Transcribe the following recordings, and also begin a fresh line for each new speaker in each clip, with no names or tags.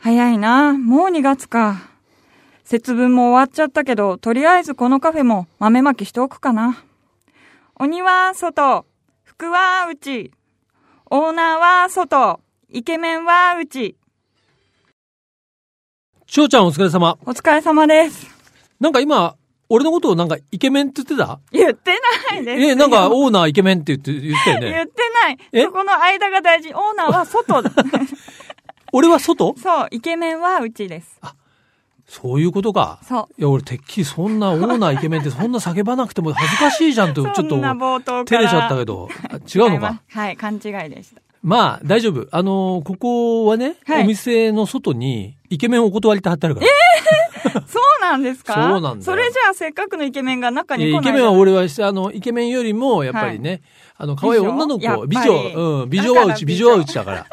早いな。もう2月か。節分も終わっちゃったけど、とりあえずこのカフェも豆まきしておくかな。鬼は外、服は内、オーナーは外、イケメンは内。
翔ちゃんお疲れ様。
お疲れ様です。
なんか今、俺のことをなんかイケメンって言ってた
言ってないですよ。
え、なんか
言
オーナーイケメンって言って、言ったよ
っ
ね。
てな
え
い。そこの間が大事。オーナーは 外。
俺は外
そう、イケメンは内です。
そういうことか。
そう。
いや、俺てっきりそんなオーナーイケメンってそんな叫ばなくても恥ずかしいじゃ んと、ちょっと
そんな冒頭か
照
ら
れちゃったけど。あ違うのか。
はい、勘違いでした。
まあ、大丈夫。あのーここはね、
はい
お店の外にイケメンお断りって貼ってあるから。
そうなんですか
そうなんだよ
それじゃあせっかくのイケメンが中に
え
来
ー
ない。
イケメンは俺はして、あの、イケメンよりも、やっぱりね、あの、可愛い女の
美女
子、美
やっぱり
女、うん、美女はうち、美
だ
女
から美女
はうちだから。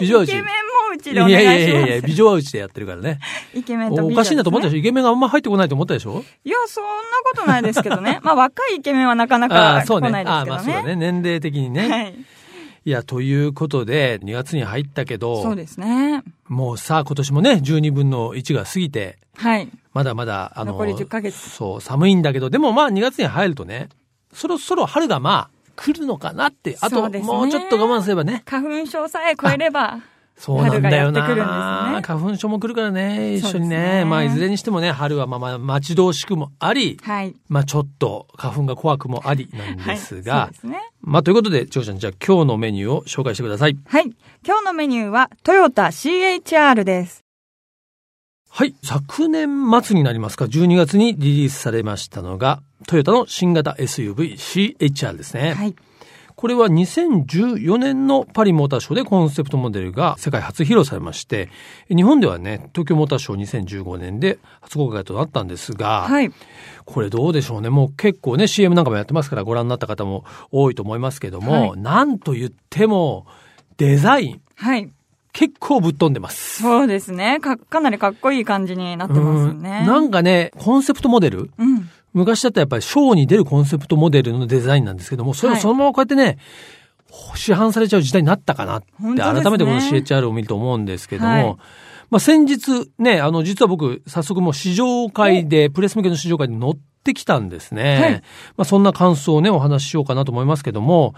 美女はう
イ
ち。
ケメンもうち
い
でお
や
願い
い
しま
や
す。
いやいや、美女はうちでやってるか らね。
イケメンと美
お
女、
おかしいなと思ったで
し
しょイケメンがあんま入ってこないと思ったでしょ
いや、そんなことないですけど ね。まあ、若いイケメンはなかな
ああ
か
ー、そ
来
うね。
ないで
あ
す
あ
けど
ー、まあそうだ
ね。
ね。年齢的にね。
はい。
いや、ということで、2月に入ったけ
そう
ど、
ですね。
もうさ、今年もね、12分の1が過ぎて、
はい。
まだまだ、あの、
残り10ヶ月
そう、寒いんだけど、でもまあ2月に入るとね、そろそろ春がまあ、来るのかなって、あ
そ
と、
うですね
もうちょっと我慢すればね。
花粉症さえ超えれば。
そうなんだよな。
春がやってく
花粉症も来るからね、一緒
そ
に
うです
ね。
ね
まあ、いずれにしてもね、春はまあまあ、待ち遠しくもあり、
はい。
まあ、ちょっと花粉が怖くもありなん
はい。
ですが、
そうですね。
まあ、ということで、長ちゃん、じゃあ今日のメニューを紹介してください。
はい。今日のメニューは、トヨタ CHR です。
はい。昨年末になりますか、12月にリリースされましたのが、トヨタの新型 SUV CHR ですね。
はい。
これは2014年のパリモーターショーでコンセプトモデルが世界初披露されまして、日本ではね、東京モーターショー2015年で初公開となったんですが、
はい。
これどうでしょうね。もう結構ね、CM なんかもやってますからご覧になった方も多いと思いますけども、
は
なんと言っても、デザイン、
はい。
結構ぶっ飛んでます。
そうですね。か、かなりかっこいい感じになってますよね。
うんなんかね、コンセプトモデル
うん。
昔だったらやっぱりショーに出るコンセプトモデルのデザインなんですけども、それを
はい
そのままこうやってね、市販されちゃう時代になったかなって、
本当です
改
ね
めてこの CHR を見ると思うんですけども、
はい
まあ先日ね、あの実は僕早速もう試乗会で、プレス向けの試乗会に乗ってきたんですね。
はい
まあそんな感想をね、お話ししようかなと思いますけども、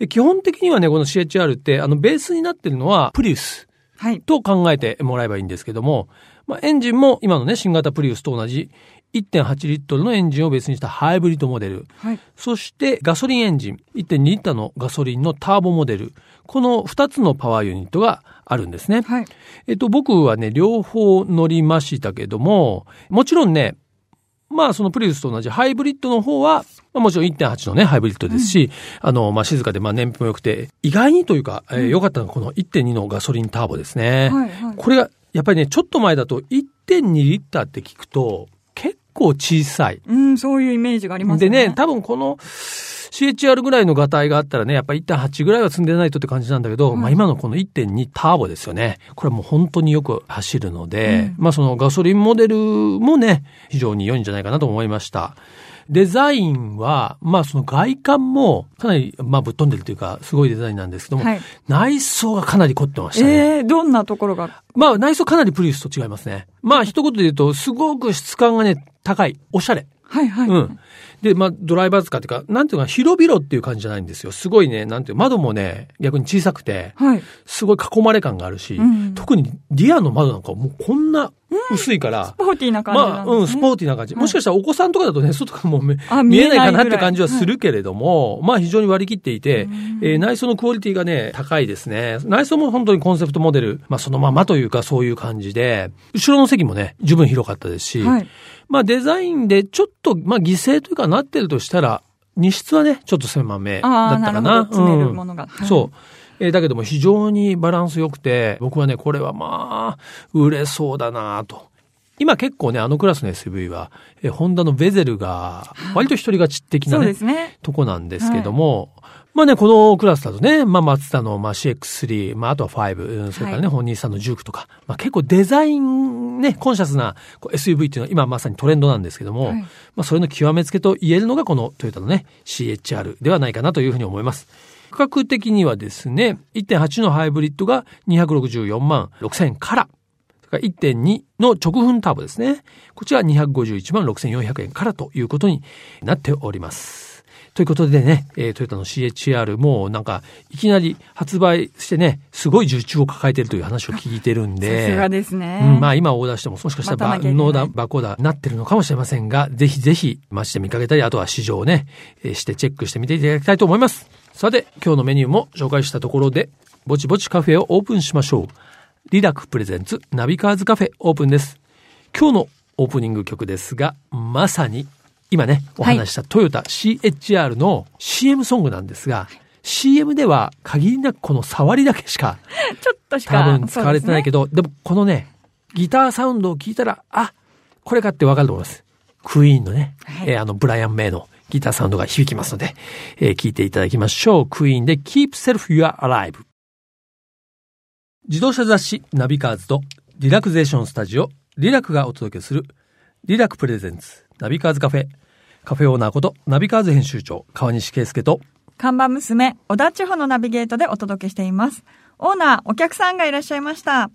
え基本的にはね、この CHR ってあのベースになってるのはプリウス。
はい。
と考えてもらえばいいんですけども、まあ、エンジンも今のね、新型プリウスと同じ1.8リットルのエンジンを別にしたハイブリッドモデル。
はい。
そしてガソリンエンジン、1.2リッターのガソリンのターボモデル。この2つのパワーユニットがあるんですね。
はい。
えっと、僕はね、両方乗りましたけども、もちろんね、まあ、そのプリウスと同じハイブリッドの方は、まあ、もちろん1.8のね、ハイブリッドですし、あの、まあ、静かで、まあ、燃費も良くて、意外にというか、えー良かったのがこの1.2のガソリンターボですね。
はいはい
これが、やっぱりね、ちょっと前だと1.2リッターって聞くと、結構小さい。
うん、そういうイメージがあります
で
ね。
ね、多分この CHR ぐらいのがたいがあったらね、やっぱ1.8ぐらいは積んでないとって感じなんだけど、まあ今のこの1.2ターボですよね。これはもう本当によく走るので、まあそのガソリンモデルもね、非常に良いんじゃないかなと思いました。デザインは、まあその外観もかなり、まあぶっ飛んでるというか、すごいデザインなんですけども、
はい
内装がかなり凝ってましたね。
ええー、どんなところが、
まあ内装かなりプリウスと違いますね。まあ一言で言うと、すごく質感がね、高い、おしゃれ。
はいはい。
うん。で、まあ、ドライバーズカーっていうか、なんていうか、広々っていう感じじゃないんですよ。すごいね、なんていう、窓もね、逆に小さくて、
はい。
すごい囲まれ感があるし、
うん
特にリアの窓なんかもうこんな薄いから
ス、ポーティーな感じ
ま
な
あ、
んですね。
うん、スポーティーな感じ。
はい
もしかしたらお子さんとかだとね、外からもうめ
あ
見えないか
見えな
ないっ
ぐら
て
い
感じはするけれども、まあ非常に割り切っていて、えー内装のクオリティがね、高いですね。内装も本当にコンセプトモデル、まあそのままというかそういう感じで、後ろの席もね、十分広かったですし、
はい
まあデザインでちょっと、まあ犠牲というかなってるとしたら、荷室はね、ちょっと狭めだったか
あーなる
な。
ほど詰めるものが
うん
はい
そう。えーだけども非常にバランス良くて、僕はね、これはまあ、売れそうだなと。今結構ね、あのクラスの SUV は、えーホンダのベゼルが、割と一人勝ち的な
そう
ね
で、すね。
とこなんですけども、まあね、このクラスだとね、まあ、マツダの、まあ、CX3、まあ、あとは5、うんそれからね、
は
ホンニーさんの19とか、まあ、結構デザインね、コンシャスなこう SUV っていうのは今まさにトレンドなんですけども、
はい
まあ、それの極めつけと言えるのがこのトヨタのね、CHR ではないかなというふうに思います。価格的にはですね、1.8のハイブリッドが264万6000から、が1.2の直噴ターボですね。こちら251万6400円からということになっております。ということでね、えー、トヨタの CHR もうなんかいきなり発売してね、すごい受注を抱えているという話を聞いてるんで。
さすがですね。
うん、まあ今オーダーしてももしかしたらバ、ノーダー、バコーダーなってるのかもしれませんが、ぜひぜひ街で見かけたり、あとは市場をね、えー、してチェックしてみていただきたいと思います。さて、今日のメニューも紹介したところで、ぼちぼちカフェをオープンしましょう。リラクプレゼンツナビカーズカフェオープンです。今日のオープニング曲ですが、まさに今ね、お話したトヨタ CHR の CM ソングなんですが、はい、CM では限りなくこの触りだけしか、
ちょっとし
か多分使われてないけど、で,ね、でもこのね、ギターサウンドを聞いたら、あ、これかってわかると思います。クイーンのね、はい、えー、あの、ブライアン・メイのギターサウンドが響きますので、えー、聞いていただきましょう。クイーンで Keep Self You Are Alive。自動車雑誌ナビカーズとリラクゼーションスタジオリラクがお届けするリラクプレゼンツナビカーズカフェカフェオーナーことナビカーズ編集長川西圭介と
看板娘小田地方のナビゲートでお届けしていますオーナーお客さんがいらっしゃいました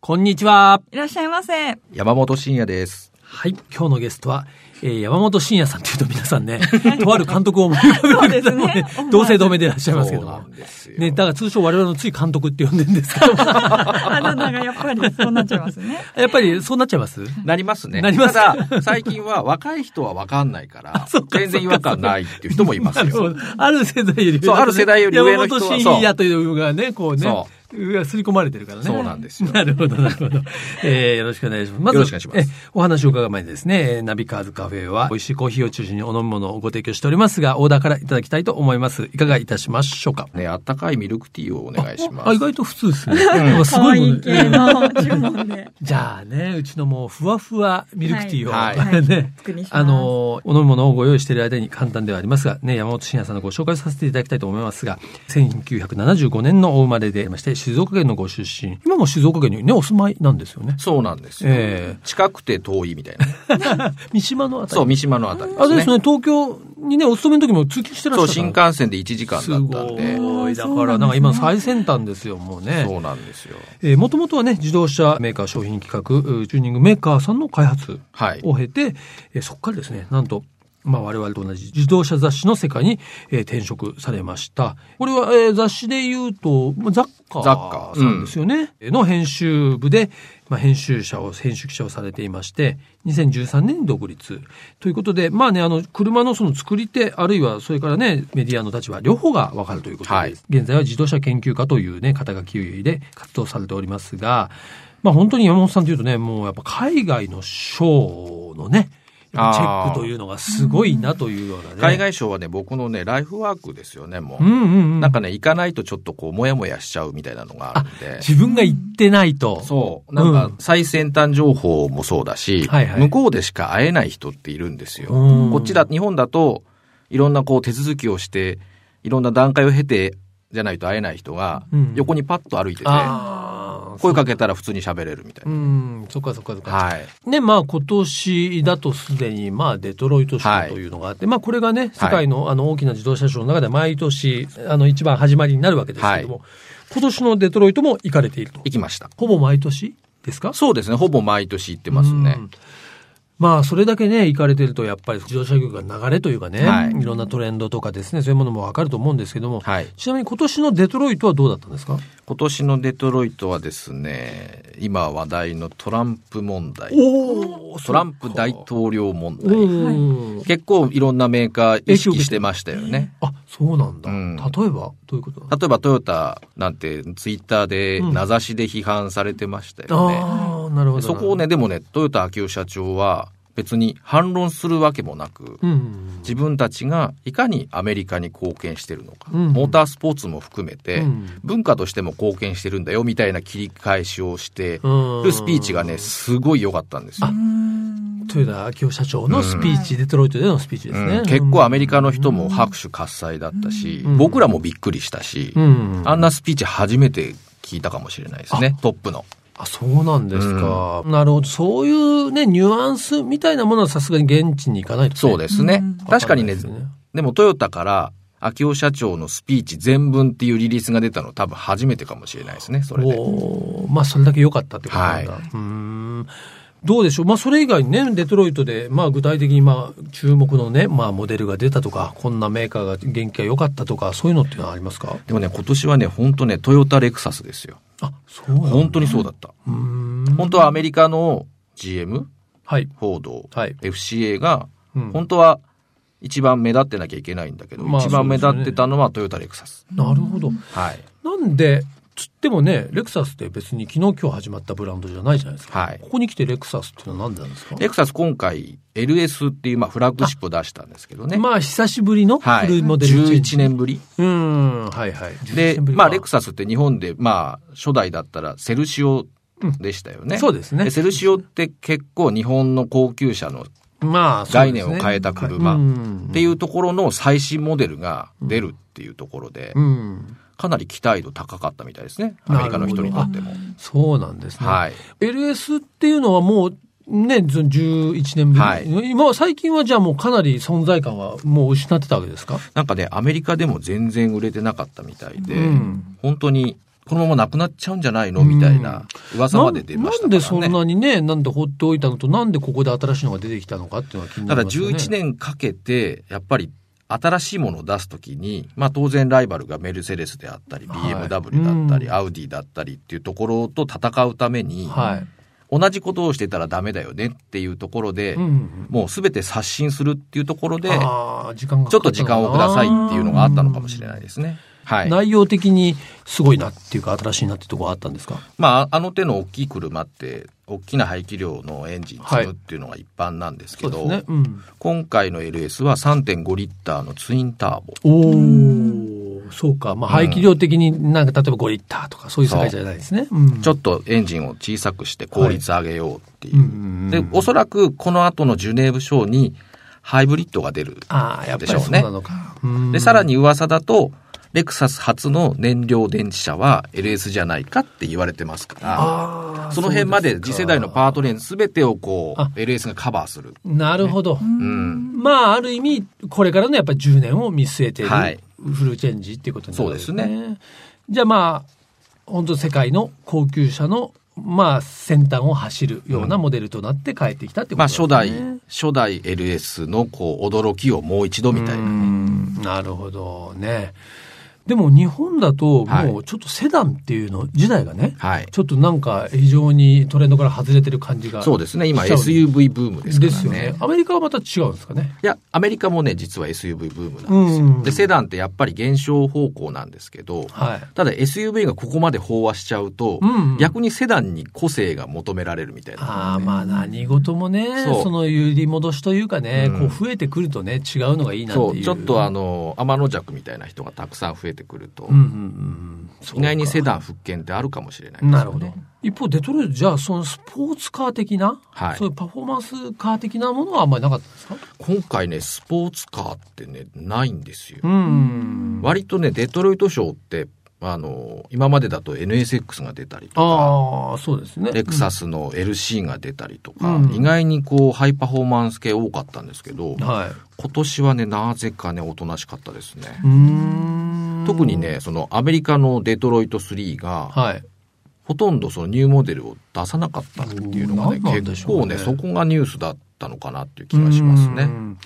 こんにちはい
らっしゃいま せ
山本真也です
はい今日のゲストはえー、山本慎也さんというと皆さんね、 とある監督を思い浮かべる方もね、ね 同姓同名でいらっしゃいますけども。ね、だから通称我々のつい監督って呼んでるんですけども。
あなたがやっぱりそうなっちゃいますね。
やっぱりそうなっちゃいます
なりますね。
なります
ただ、最近は若い人はわかんないから、 全然違和感ないっていう人もいますよ。
ある世代より
上、ね、ある世代より上の人は。
山本慎也というのがね、こうね。そうが刷り込まれてるからね。
そうなんですよ。
なるほど、なるほ ど。えー、よろしくお願いします。ま
ず、よろしくお願いします。
お話を伺う前にですね、ナビカーズカフェは美味しいコーヒーを中心にお飲み物をご提供しておりますが、オーダーからいただきたいと思います。いかがいたしましょうか。
ね、あったかいミルクティーをお願いします。
あ、あ意外と普通 ですね。うん、
すごいもん、ね、
じゃあね、うちのもうふわふわミルクティーを、はいはい、 ね、あの、お飲み物をご用意している間に簡単ではありますが、ね、山本慎也さんのご紹介させていただきたいと思いますが、1975年のお生まれでいまして、静岡県のご出身。今も静岡県にね、お住まいなんですよね。
そうなんですよ。えー、近くて遠いみたい
な。三島のあたり。
そう、三島のあたり、ね、
あれですね、東京にね、お勤めの時も通勤してらっしゃ
ったそう、新幹線で1時間だったんで。
すごい。だから、なんか今最先端ですよ、もうね。
そうなんですよ。
えー、もともとはね、自動車メーカー商品企画、チューニングメーカーさんの開発を経て、はい、えー、そこからですね、なんと、まあ我々と同じ自動車雑誌の世界に、えー、転職されました。これは、えー、雑誌で言うと、ザッカーさんですよね。うん、の編集部で、まあ、編集者を、編集記者をされていまして、2013年に独立。ということで、まあね、あの、車のその作り手、あるいはそれからね、メディアの立場、両方がわかるということで、はい、現在は自動車研究家というね、肩書きで活動されておりますが、まあ本当に山本さんというとね、もうやっぱ海外の賞のね、チェックというのがすごいなというようなね。
海外省はね、僕のね、ライフワークですよね、もう。うんうんうん、なんかね、行かないとちょっとこう、もやもやしちゃうみたいなのがあるんで。
自分が行ってないと。、
そう。なんか、最先端情報もそうだし、うんはいはい、向こうでしか会えない人っているんですよ。うん、こっちだ、日本だと、いろんなこう、手続きをして、いろんな段階を経て、じゃないと会えない人が、横にパッと歩いてて、うん声かけたら普通に喋れるみたいな。うん
そっかそっかそっか。はい。ね、まあ今年だとすでに、まあデトロイト賞というのがあって、はい、まあこれがね、世界のあの大きな自動車ショーの中で毎年、あの一番始まりになるわけですけども、はい、今年のデトロイトも行かれていると。
行きました。
ほぼ毎年ですか
そうですね、ほぼ毎年行ってますね。
まあ、それだけね、行かれてると、やっぱり自動車業が流れというかね、はい、いろんなトレンドとかですね、そういうものもわかると思うんですけども、はい、ちなみに今年のデトロイトはどうだったんですか
今年のデトロイトはですね、今話題のトランプ問題。トランプ大統領問題。結構いろんなメーカー意識してましたよね。
あ、そうなんだ。うん、例えば、どういうこと
例えばトヨタなんてツイッターで名指しで批判されてましたよね。
うん、なるほど。
そこをね、でもね、トヨタ秋夫社長は、別に反論するわけもなく、うんうんうん、自分たちがいかにアメリカに貢献してるのか、うんうん、モータースポーツも含めて、うんうん、文化としても貢献してるんだよみたいな切り返しをしてるスピーチがねすごい良かったんですよ。
豊田昭夫社長のスピーチ、うん、デトロイトでのスピーチですね、
うん、結構アメリカの人も拍手喝采だったし、うん、僕らもびっくりしたし、あんなスピーチ初めて聞いたかもしれないですねトップの。
あ、そうなんですか、うん。なるほど。そういうね、ニュアンスみたいなものはさすがに現地に行かないと、ね、
そうですね。確かにね、ね、でもトヨタから秋夫社長のスピーチ全文っていうリリースが出たの多分初めてかもしれないですね、それで。
おーまあ、それだけ良かったってことなんだ。
はい
うんどうでしょう、まあ、それ以外にね、デトロイトで、まあ、具体的に、まあ、注目のね、まあ、モデルが出たとか、こんなメーカーが元気が良かったとか、そういうのっていうのはありますか
でもね、今年はね、本当ね、トヨタレクサスですよ。
あ、そうなんだ
本当にそうだった。
うーん。
本当はアメリカの GM、
はい。
フォード、
はい
FCA が、
うん
本当は一番目立ってなきゃいけないんだけど、
まあ
一番目立
そうですよね
ってたのはトヨタレクサス。
なるほど。
はい。
なんで、つってもね、レクサスって別に昨日今日始まったブランドじゃないじゃないですか。
はい
ここに来てレクサスっていうのは何でなんですか
レクサス今回 LS っていうまあフラッグシップを出したんですけどね。
まあ、久しぶりの
はい。
古いモデル
11。年ぶり。
うん、はいはい。
で、まあ、レク
サ
サスって日本で、まあ、初代だったらセルシオでしたよ
う
ね。
んそうですね
セルシオって結構日本の高級車の
ス。まあ、
概念を変えた車
っ
っていううところの最新モデルが出るっていうところで
ん。う、ん。
かなり期待度高かったみたいですね。アメリカの人にとっても。
そうなんですね。
はい。
LS っていうのはもう、ね、ず11年ぶり。
はい
今、最近はじゃあもうかなり存在感はもう失ってたわけですか
なんかね、アメリカでも全然売れてなかったみたいで、
うん
本当にこのままなくなっちゃうんじゃないのみたいな噂まで出ましたか
なんな
らね。
んでそんなにね、なんで放っておいたのと、なんでここで新しいのが出てきたのかっていうのは気になり
ただ
ますよね。
11年かけて、やっぱり新しいものを出すときに、まあ当然ライバルがメルセデスであったり、
はい
BMW だったり、
うん
アウディだったりっていうところと戦うために、
はい。
同じことをしてたらダメだよねっていうところで、
うん
もうすべて刷新するっていうところで、ちょ
あー時間が
っと時間をくださいっていうのがあったのかもしれない
で
ですね。は
す
い。
内容的にすごいなっていうか、新しいなっていうところがあったんですか
まあ、あの手の大きい車って、大きな排気量のエンジン積むっていうのが一般なんですけ
そうで
ど、
すね。うん。
今回の LS は3.5リッターのツインターボ。
おお、そうか。まあ、排気量的になんか、例えば5リッターとか、そういう世界じゃないですね。うん
ちょっとエンジンを小さくして効率上げようっていう。
うんうんうん
で、おそらくこの後のジュネーブショーにハイブリッドが出る。
ああ、やっぱり
でしょう
そう
ね
なのか。うん
で、さらに噂だと、レクサス初の燃料電池車は LS じゃないかって言われてますから、
あー
その辺まで
そうす
次
か
世代のパートレーン全てをこう
あ、
LS がカバーする。
なるほど。
うん。
まあ、ある意味、これからのやっぱり10年を見据えている
はい
フルチェンジっていうことになるわけ
そうで
じゃあまあ、本当世界の高級車の、まあ、先端を走るようなモデルとなって帰ってきたってこと
まあ、
なんですね
初代、初代 LS のこう、驚きをもう一度みたいうな。
んなるほどね。でも日本だと、
はい
もうちょっとセダンっていうの時代がね、
はい。
ちょっとなんか非常にトレンドから外れてる感じが。
そうですね。今
しちゃう
SUV ブームですか
で
ら
すよね。アメリカはまた違うんですかね。
いや、アメリカもね、実は SUV ブームなんです
う
よ。
ん。
で、セダンってやっぱり減少方向なんですけど、
はい。
ただ SUV がここまで飽和しちゃうと、
うん
逆にセダンに個性が求められるみたいな。
ああまあ何事もね、
そう
その揺り戻しというかね、
うん
こう増えてくるとね、違うのがいいなって
そ、
いうう。
ちょっとあの、天の弱みたいな人がたくさん増えてくると、
うんうんうん。そうか
意外にセダン復権ってあるかもしれないですよね。
なるほど。一方、デトロイト、じゃあ、そのスポーツカー的な、
はい
そういうパフォーマンスカー的なものはあんまりなかったんですか
今回ね、スポーツカーってね、ないんですよ。
ん
割とね、デトロイト賞って、あの、今までだと NSX が出たりとか、
ああ、そうですね。
レクサスの LC が出たりとか、
うん
意外にこう、ハイパフォーマンス系多かったんですけど、
はい。
今年はね、なぜかね、おとなしかったですね。
うーん
特に。ね、そのアメリカのデトロイト3が、
はい。
ほとんどそのニューモデルを出さなかったっていうのがね、
うんなんなんでし
結
ょう
構
ね
ね、そこがニュースだったのかなっていう気がします
う
ね。
ん。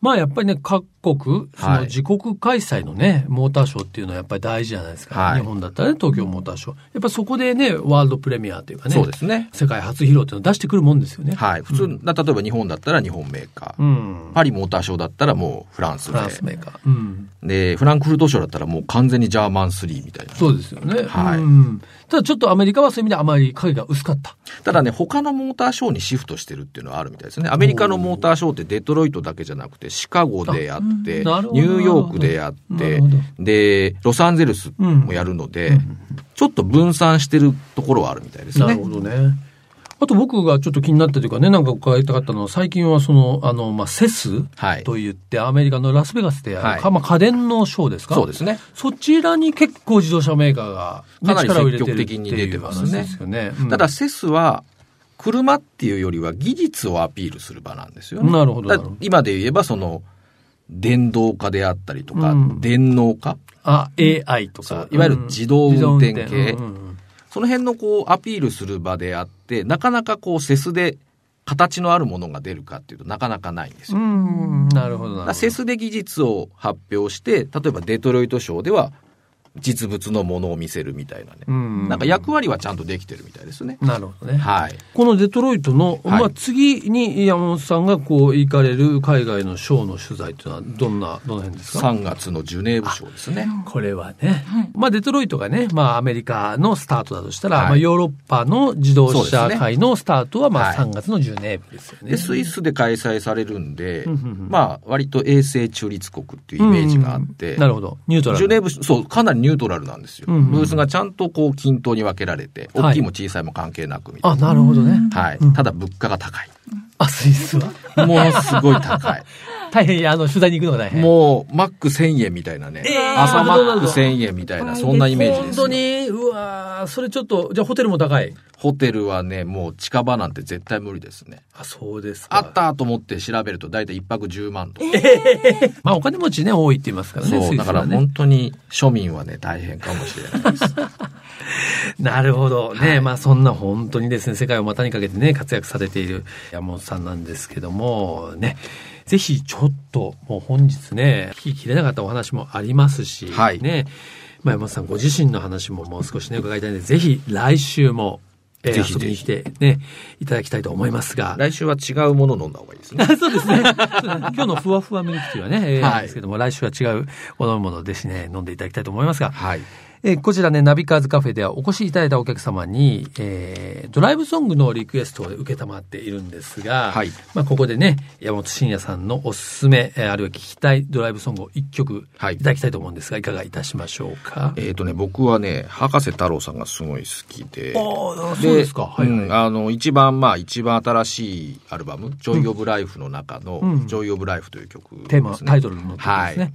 まあやっぱりね、各国、その
はい
自国開催のね、モーターショーっていうのはやっぱり大事じゃないですか。
はい
日本だったらね、東京モーターショー。やっぱそこでね、ワールドプレミアというかね、
そうですね。
世界初披露っていうのを出してくるもんですよね。
はい。普通、な例えば日本だったら日本メーカー。
うん。
パリモーターショーだったらもうフランス
フランスメ
で。
ーカー。うん。
で、フランクフルトショーだったらもう完全にジャーマン3みたいな。
そうですよね。
はい
うん。ただちょっとアメリカはそういう意味であまり影が薄かった。
ただね、他のモーターショーにシフトしてるっていうのはあるみたいですね。アメリカのモーターショーってデトロイトだけじゃなくて、シカゴでやって、ニ
なる
ュ
ほど
ーヨークでやっ
なる
て
ほど、
で、ロサンゼルスもやるので、ちょっと分散してるところはあるみたいですね。
なるほどね。あと僕がちょっと気になったというかね、なんか伺いたかったのは、最近はその、あの、まあ、セス
はい
と言って、アメリカのラスベガスであ
は
る
い
か、まあ、家電のショーですか
そうですね。
そちらに結構自動車メーカーが、ね、
かなり
力を入れてるって
積極的に出
い
て
う
ます
話
ね
ですよね。うん
ただ、セスは、車っていうよりは技術をアピールする場なんですよね。
なるほどな
だ
るほど
今で言えば、その、電動化であったりとか、電脳化
あ、AI と
そ
か
う、いわゆる
うん
自動運転系
自動運転うん
その辺のこうアピールする場であって、なかなかこうセスで形のあるものが出るかっていうとなかなかないんです
う
よ。
ん、うんなるほどなるほ
だか
ど。
らセスで技術を発表して、例えばデトロイト賞では実物のものを見せるみたいなね。
うん
なんか役割はちゃんとできてるみたいですね。
なるほどね。
はい。
このデトロイトの、
はい
まあ、次に山本さんがこう行かれる海外のショーの取材というのはどんなどの辺ですか
3月のジュネーブ賞ですね。
これはね、
はい
まあ、デトロイトがね、まあ、アメリカのスタートだとしたら、
はい
まあ、ヨーロッパの自動車界のスタートは、まあ、
はい
3月のジュネーブですよね。
で、スイスで開催されるんで
うんうんうん、
まあ、割と衛星中立国っていうイメージがあって、
うんなるほど。ニュートラル。
ジュネーブ、そう、かなりニュートラルなんですよ。
うんうん
ブースがちゃんとこう均等に分けられて、
はい
大きいも小さいも関係なくみたい
あ、なるほどね。
な。はい。
うん
ただ物価が高い。
あ、スイスは。
もうすごい高 い。
大変、あの、取材に行くのが大変。
もう、マック1000円みたいなね。
えー
朝マック
そう
1000円みたいな、そんなイメージで
本
すよ
当。に、うわーそれちょっと、じゃあホテルも高い。
ホテルはね、もう近場なんて絶対無理ですね。
あ、そうですか。
あったと思って調べると大体1泊10万とか。
まあお金持ちね、多いって言いますからね、
そ
ス
う、
イ
だ
ス
から
はね
本。当に庶民はね、大変かもしれ ないです。
なるほど。ね、まあそんな本当にですね、世界を股にかけてね、活躍されている山本さんなんですけども、ね、ぜひちょっと、もう本日ね、聞ききれなかったお話もありますし、
はい
ね、まあ山本さんご自身の話ももう少しね、伺いたいので、ぜひ来週も、えー
ぜひ
遊
ぜ
びに
ひ
来てね、いただきたいと思いますが、
来週は違うもの飲んだ方がいいで すね。
そうですね。今日のふわふわミルクティーはね、えー
はい
なんですけども、来週は違うお飲み物ですね、飲んでいただきたいと思いますが、
はい。
えーこちらね、ナビカーズカフェではお越しいただいたお客様に、えードライブソングのリクエストを受けたまっているんですが、
はい
まあ、ここでね、山本慎也さんのおすすめ、えーあるいは聞きたいドライブソングを一曲い
は
た
い
だきたいと思うんですが、いかがいたしましょうか。
えっ、とね、僕はね、博士太郎さんがすごい好きで。
ああ、そうですか。はい、
うんあの、一番、まあ、一番新しいアルバム、Joy of Life の中の、
うん
Joy of Life という曲です、ね。
テーマ、タイトルに載ってるんですね。
はい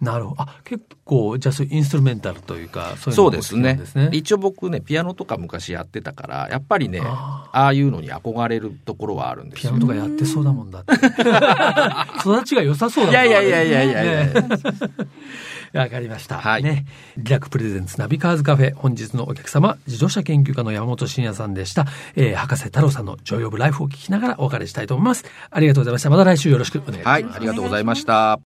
なるほど。あ、結構、じゃあそういうインストゥルメンタルというか、そういうの
そ
がお
うで
好
す
きな
ね
んですね。
一応僕ね、ピアノとか昔やってたから、やっぱりね、
あ
ああいうのに憧れるところはあるんです
ピ
よ
アノ。とかやってそうだもんだって。 育ちが良さそうだもん
いやいやいやいやいやいや
ねわかりました。
はい
ね。リラックプレゼンツナビカーズカフェ、本日のお客様、自動車研究家の山本慎也さんでした。えー、博士太郎さんのジョイオブライフを聞きながらお別れしたいと思います。ありがとうございました。また来週よろしくお願いします。
はい、ありがとうございました。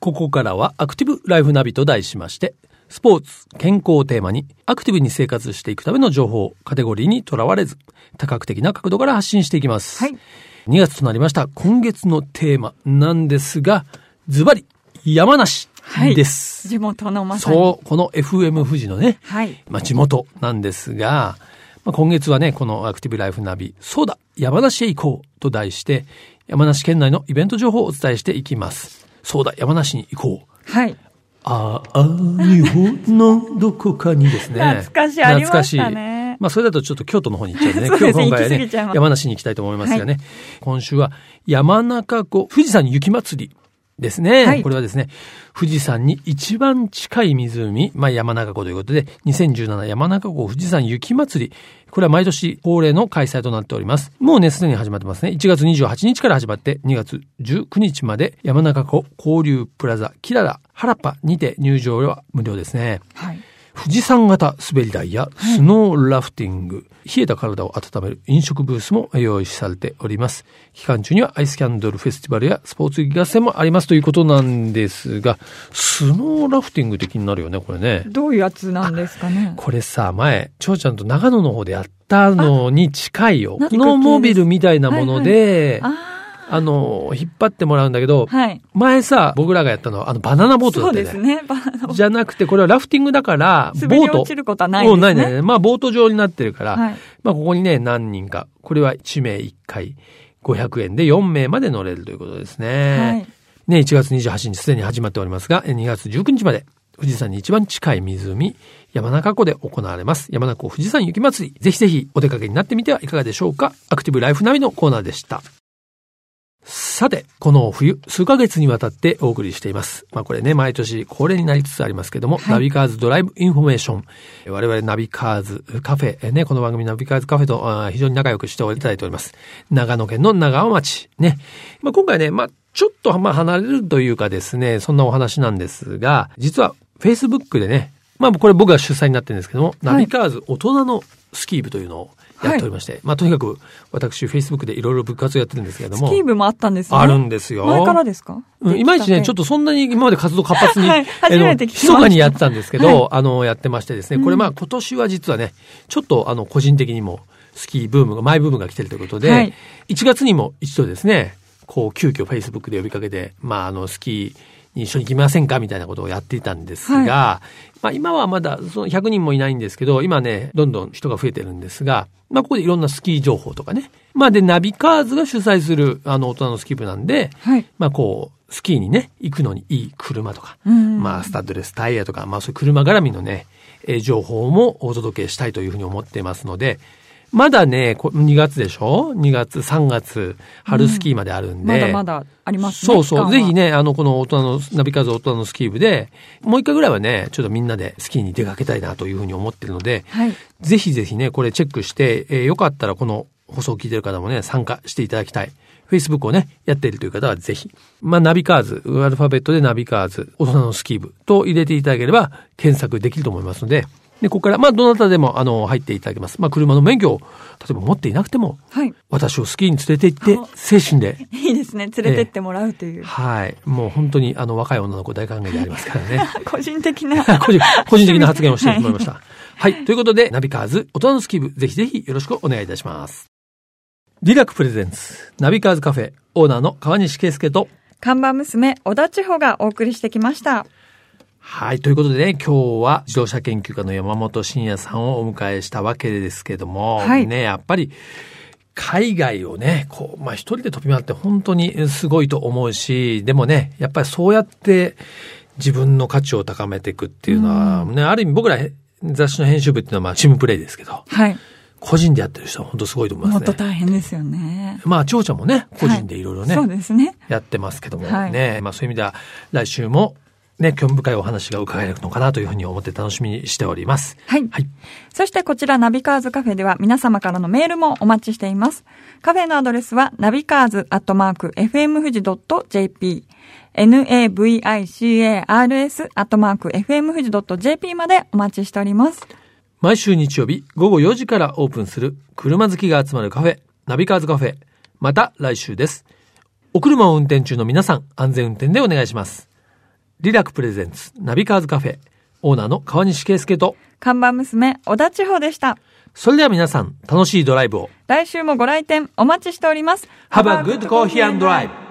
ここからはアクティブライフナビと題しまして、スポーツ、健康をテーマに、アクティブに生活していくための情報、カテゴリーにとらわれず、多角的な角度から発信していきます。
はい
2月となりました、今月のテーマなんですが、ズバリ、山梨
はい
です。
地元のまさに。
そう、この FM 富士のね、
はい。
まあ、地元なんですが、まあ、今月はね、このアクティブライフナビ、そうだ、山梨へ行こうと題して、山梨県内のイベント情報をお伝えしていきます。そうだ、山梨に行こう。
はい。
ああ、日本のどこかにですね。
懐かしいありましたね
まあ、それだとちょっと京都の方に行っちゃうんでね。
そうです
今
ね行き
日今回は
過ぎちゃいま
ね、
す
山梨に行きたいと思いますがね。今週は山中湖、富士山に雪祭りですね。
はい
これはですね、富士山に一番近い湖、まあ、山中湖ということで、2017山中湖富士山雪祭り。これは毎年恒例の開催となっております。もうね、すでに始まってますね。1月28日から始まって、2月19日まで山中湖交流プラザキララ原っぱにて入場は無料ですね。
はい。
富士山型滑り台やスノーラフティング、冷えた体を温める飲食ブースも用意されております。期間中にはアイスキャンドルフェスティバルやスポーツ合戦もありますということなんですが、スノーラフティングって気になるよね、これね。
どういうやつなんですかね。
これさ、前、ちょうちゃんと長野の方でやったのに近いよ。
なん
ス
ていうか
ノーモビルみたいなもので、
あ
あの、引っ張ってもらうんだけど
あ。、はい。
前さ、僕らがやったのはあのバナナボートだ
そ
っ
う
た
で
よ
す
ね。
ね。バ ナナボー
じゃなくて、これはラフティングだから、
ト滑
ボ
り
ート
落ち。ることはないですね。
もうないね。まあ、ボート状になってるから、
はい。
まあ、ここにね、何人か、これは1名1回、500円で4名まで乗れるということですね。
はい
ね、1月28日すでに始まっておりますが、え2月19日まで、富士山に一番近い湖、山中湖で行われます。山中湖富士山雪まつり。ぜひぜひお出かけになってみてはいかがでしょうか。アクティブライフナビのコーナーでした。さて、この冬、数ヶ月にわたってお送りしています。まあこれね、毎年恒例になりつつありますけども、
はい
ナビカーズドライブインフォメーション。我々ナビカーズカフェ、えね、この番組ナビカーズカフェとあー非常に仲良くしていただいております。長野県の長尾町。ね。まあ今回ね、まあちょっとまあ離れるというかですね、そんなお話なんですが、実は Facebook でね、まあこれ僕が主催になってるんですけども、ナビカーズ大人のスキー部というのをやっておりまして、まあとにかく私 Facebook でいろいろ部活をやってるんですけれど
ス
も、
キー部もあったんですね。
あるんですよ。
前からですか
うん、いまいちね、ちょ
っ
っとそんなに今まで活動活発に、
はい初めて聞きました
あの密かにやってたんですけど、あの、やってましてですね、これまあ今年は実はね、ちょっとあの、個人的にもスキーブームが、マイブームが来てるということで、
はい
1月にも一度ですね、こう、急遽 Facebook で呼びかけて、まああの、スキーに一緒に行きませんかみたいなことをやっていたんですが、
はい
まあ今はまだその100人もいないんですけど、今ね、どんどん人が増えてるんですが、まあここでいろんなスキー情報とかね、まあで、ナビカーズが主催する、あの、大人のスキー部なんで、
はい。
まあこう、スキーにね、行くのにいい車とか、
うん
まあスタッドレスタイヤとか、まあそういう車絡みのね、えー情報もお届けしたいというふうに思ってますので、まだね、こ2月でしょ ?2 月、3月、春スキーまであるんで。
まだまだありますね。
そうそう。
期間
ぜ
は
ひ。ね、あの、この大人の、ナビカーズ大人のスキー部で、もう一回ぐらいはね、ちょっとみんなでスキーに出かけたいなというふうに思ってるので、
はい。
ぜひぜひね、これチェックして、えーよかったらこの放送を聞いてる方もね、参加していただきたい。Facebook をね、やっているという方はぜひ。まあ、ナビカーズ、アルファベットでナビカーズ、大人のスキー部と入れていただければ検索できると思いますので、で、ここから、まあ、どなたでも、あの、入っていただけます。まあ、車の免許を、例えば持っていなくても、
はい。
私をスキーに連れて行って、精神で、
いいですね。連れてってもらうという。
はい。もう本当に、あの、若い女の子大歓迎でありますか らね。
個人的 な。
個人個人的な発言をしてしまいました。はい。ということで、ナビカーズ、大人のスキー部、ぜひぜひよろしくお願いいたします。リラックプレゼンツ、ナビカーズカフェ、オーナーの川西圭介と、
看板娘、小田千穂がお送りしてきました。
はい。ということでね、今日は自動車研究家の山本慎也さんをお迎えしたわけですけども、
はい
ね、やっぱり、海外をね、こう、まあ一人で飛び回って本当にすごいと思うし、でもね、やっぱりそうやって自分の価値を高めていくっていうのは、ね、ある意味僕ら雑誌の編集部っていうのはまあチームプレイですけど、
はい。
個人でやってる人は本当すごいと思い
も
ます
っと
ね。
大変ですよね。
まあ、長ちゃんもね、個人でいろいろね、
そうですね。
やってますけどもね、
はい
まあそういう意味では来週もね、興味深いお話が伺えるのかなというふうに思って楽しみにしております。
はい。
はい。
そしてこちらナビカーズカフェでは皆様からのメールもお待ちしています。カフェのアドレスはナビカーズアットマーク FMFUJI.jp navicars アットマーク FMFUJI.jp までお待ちしております。
毎週日曜日午後4時からオープンする車好きが集まるカフェ、ナビカーズカフェ。また来週です。お車を運転中の皆さん、安全運転でお願いします。リラクプレゼンツ、ナビカーズカフェ、オーナーの川西圭介と、
看板娘、小田千穂でした。
それでは皆さん、楽しいドライブを。
来週もご来店お待ちしております。
Have a good coffee and drive!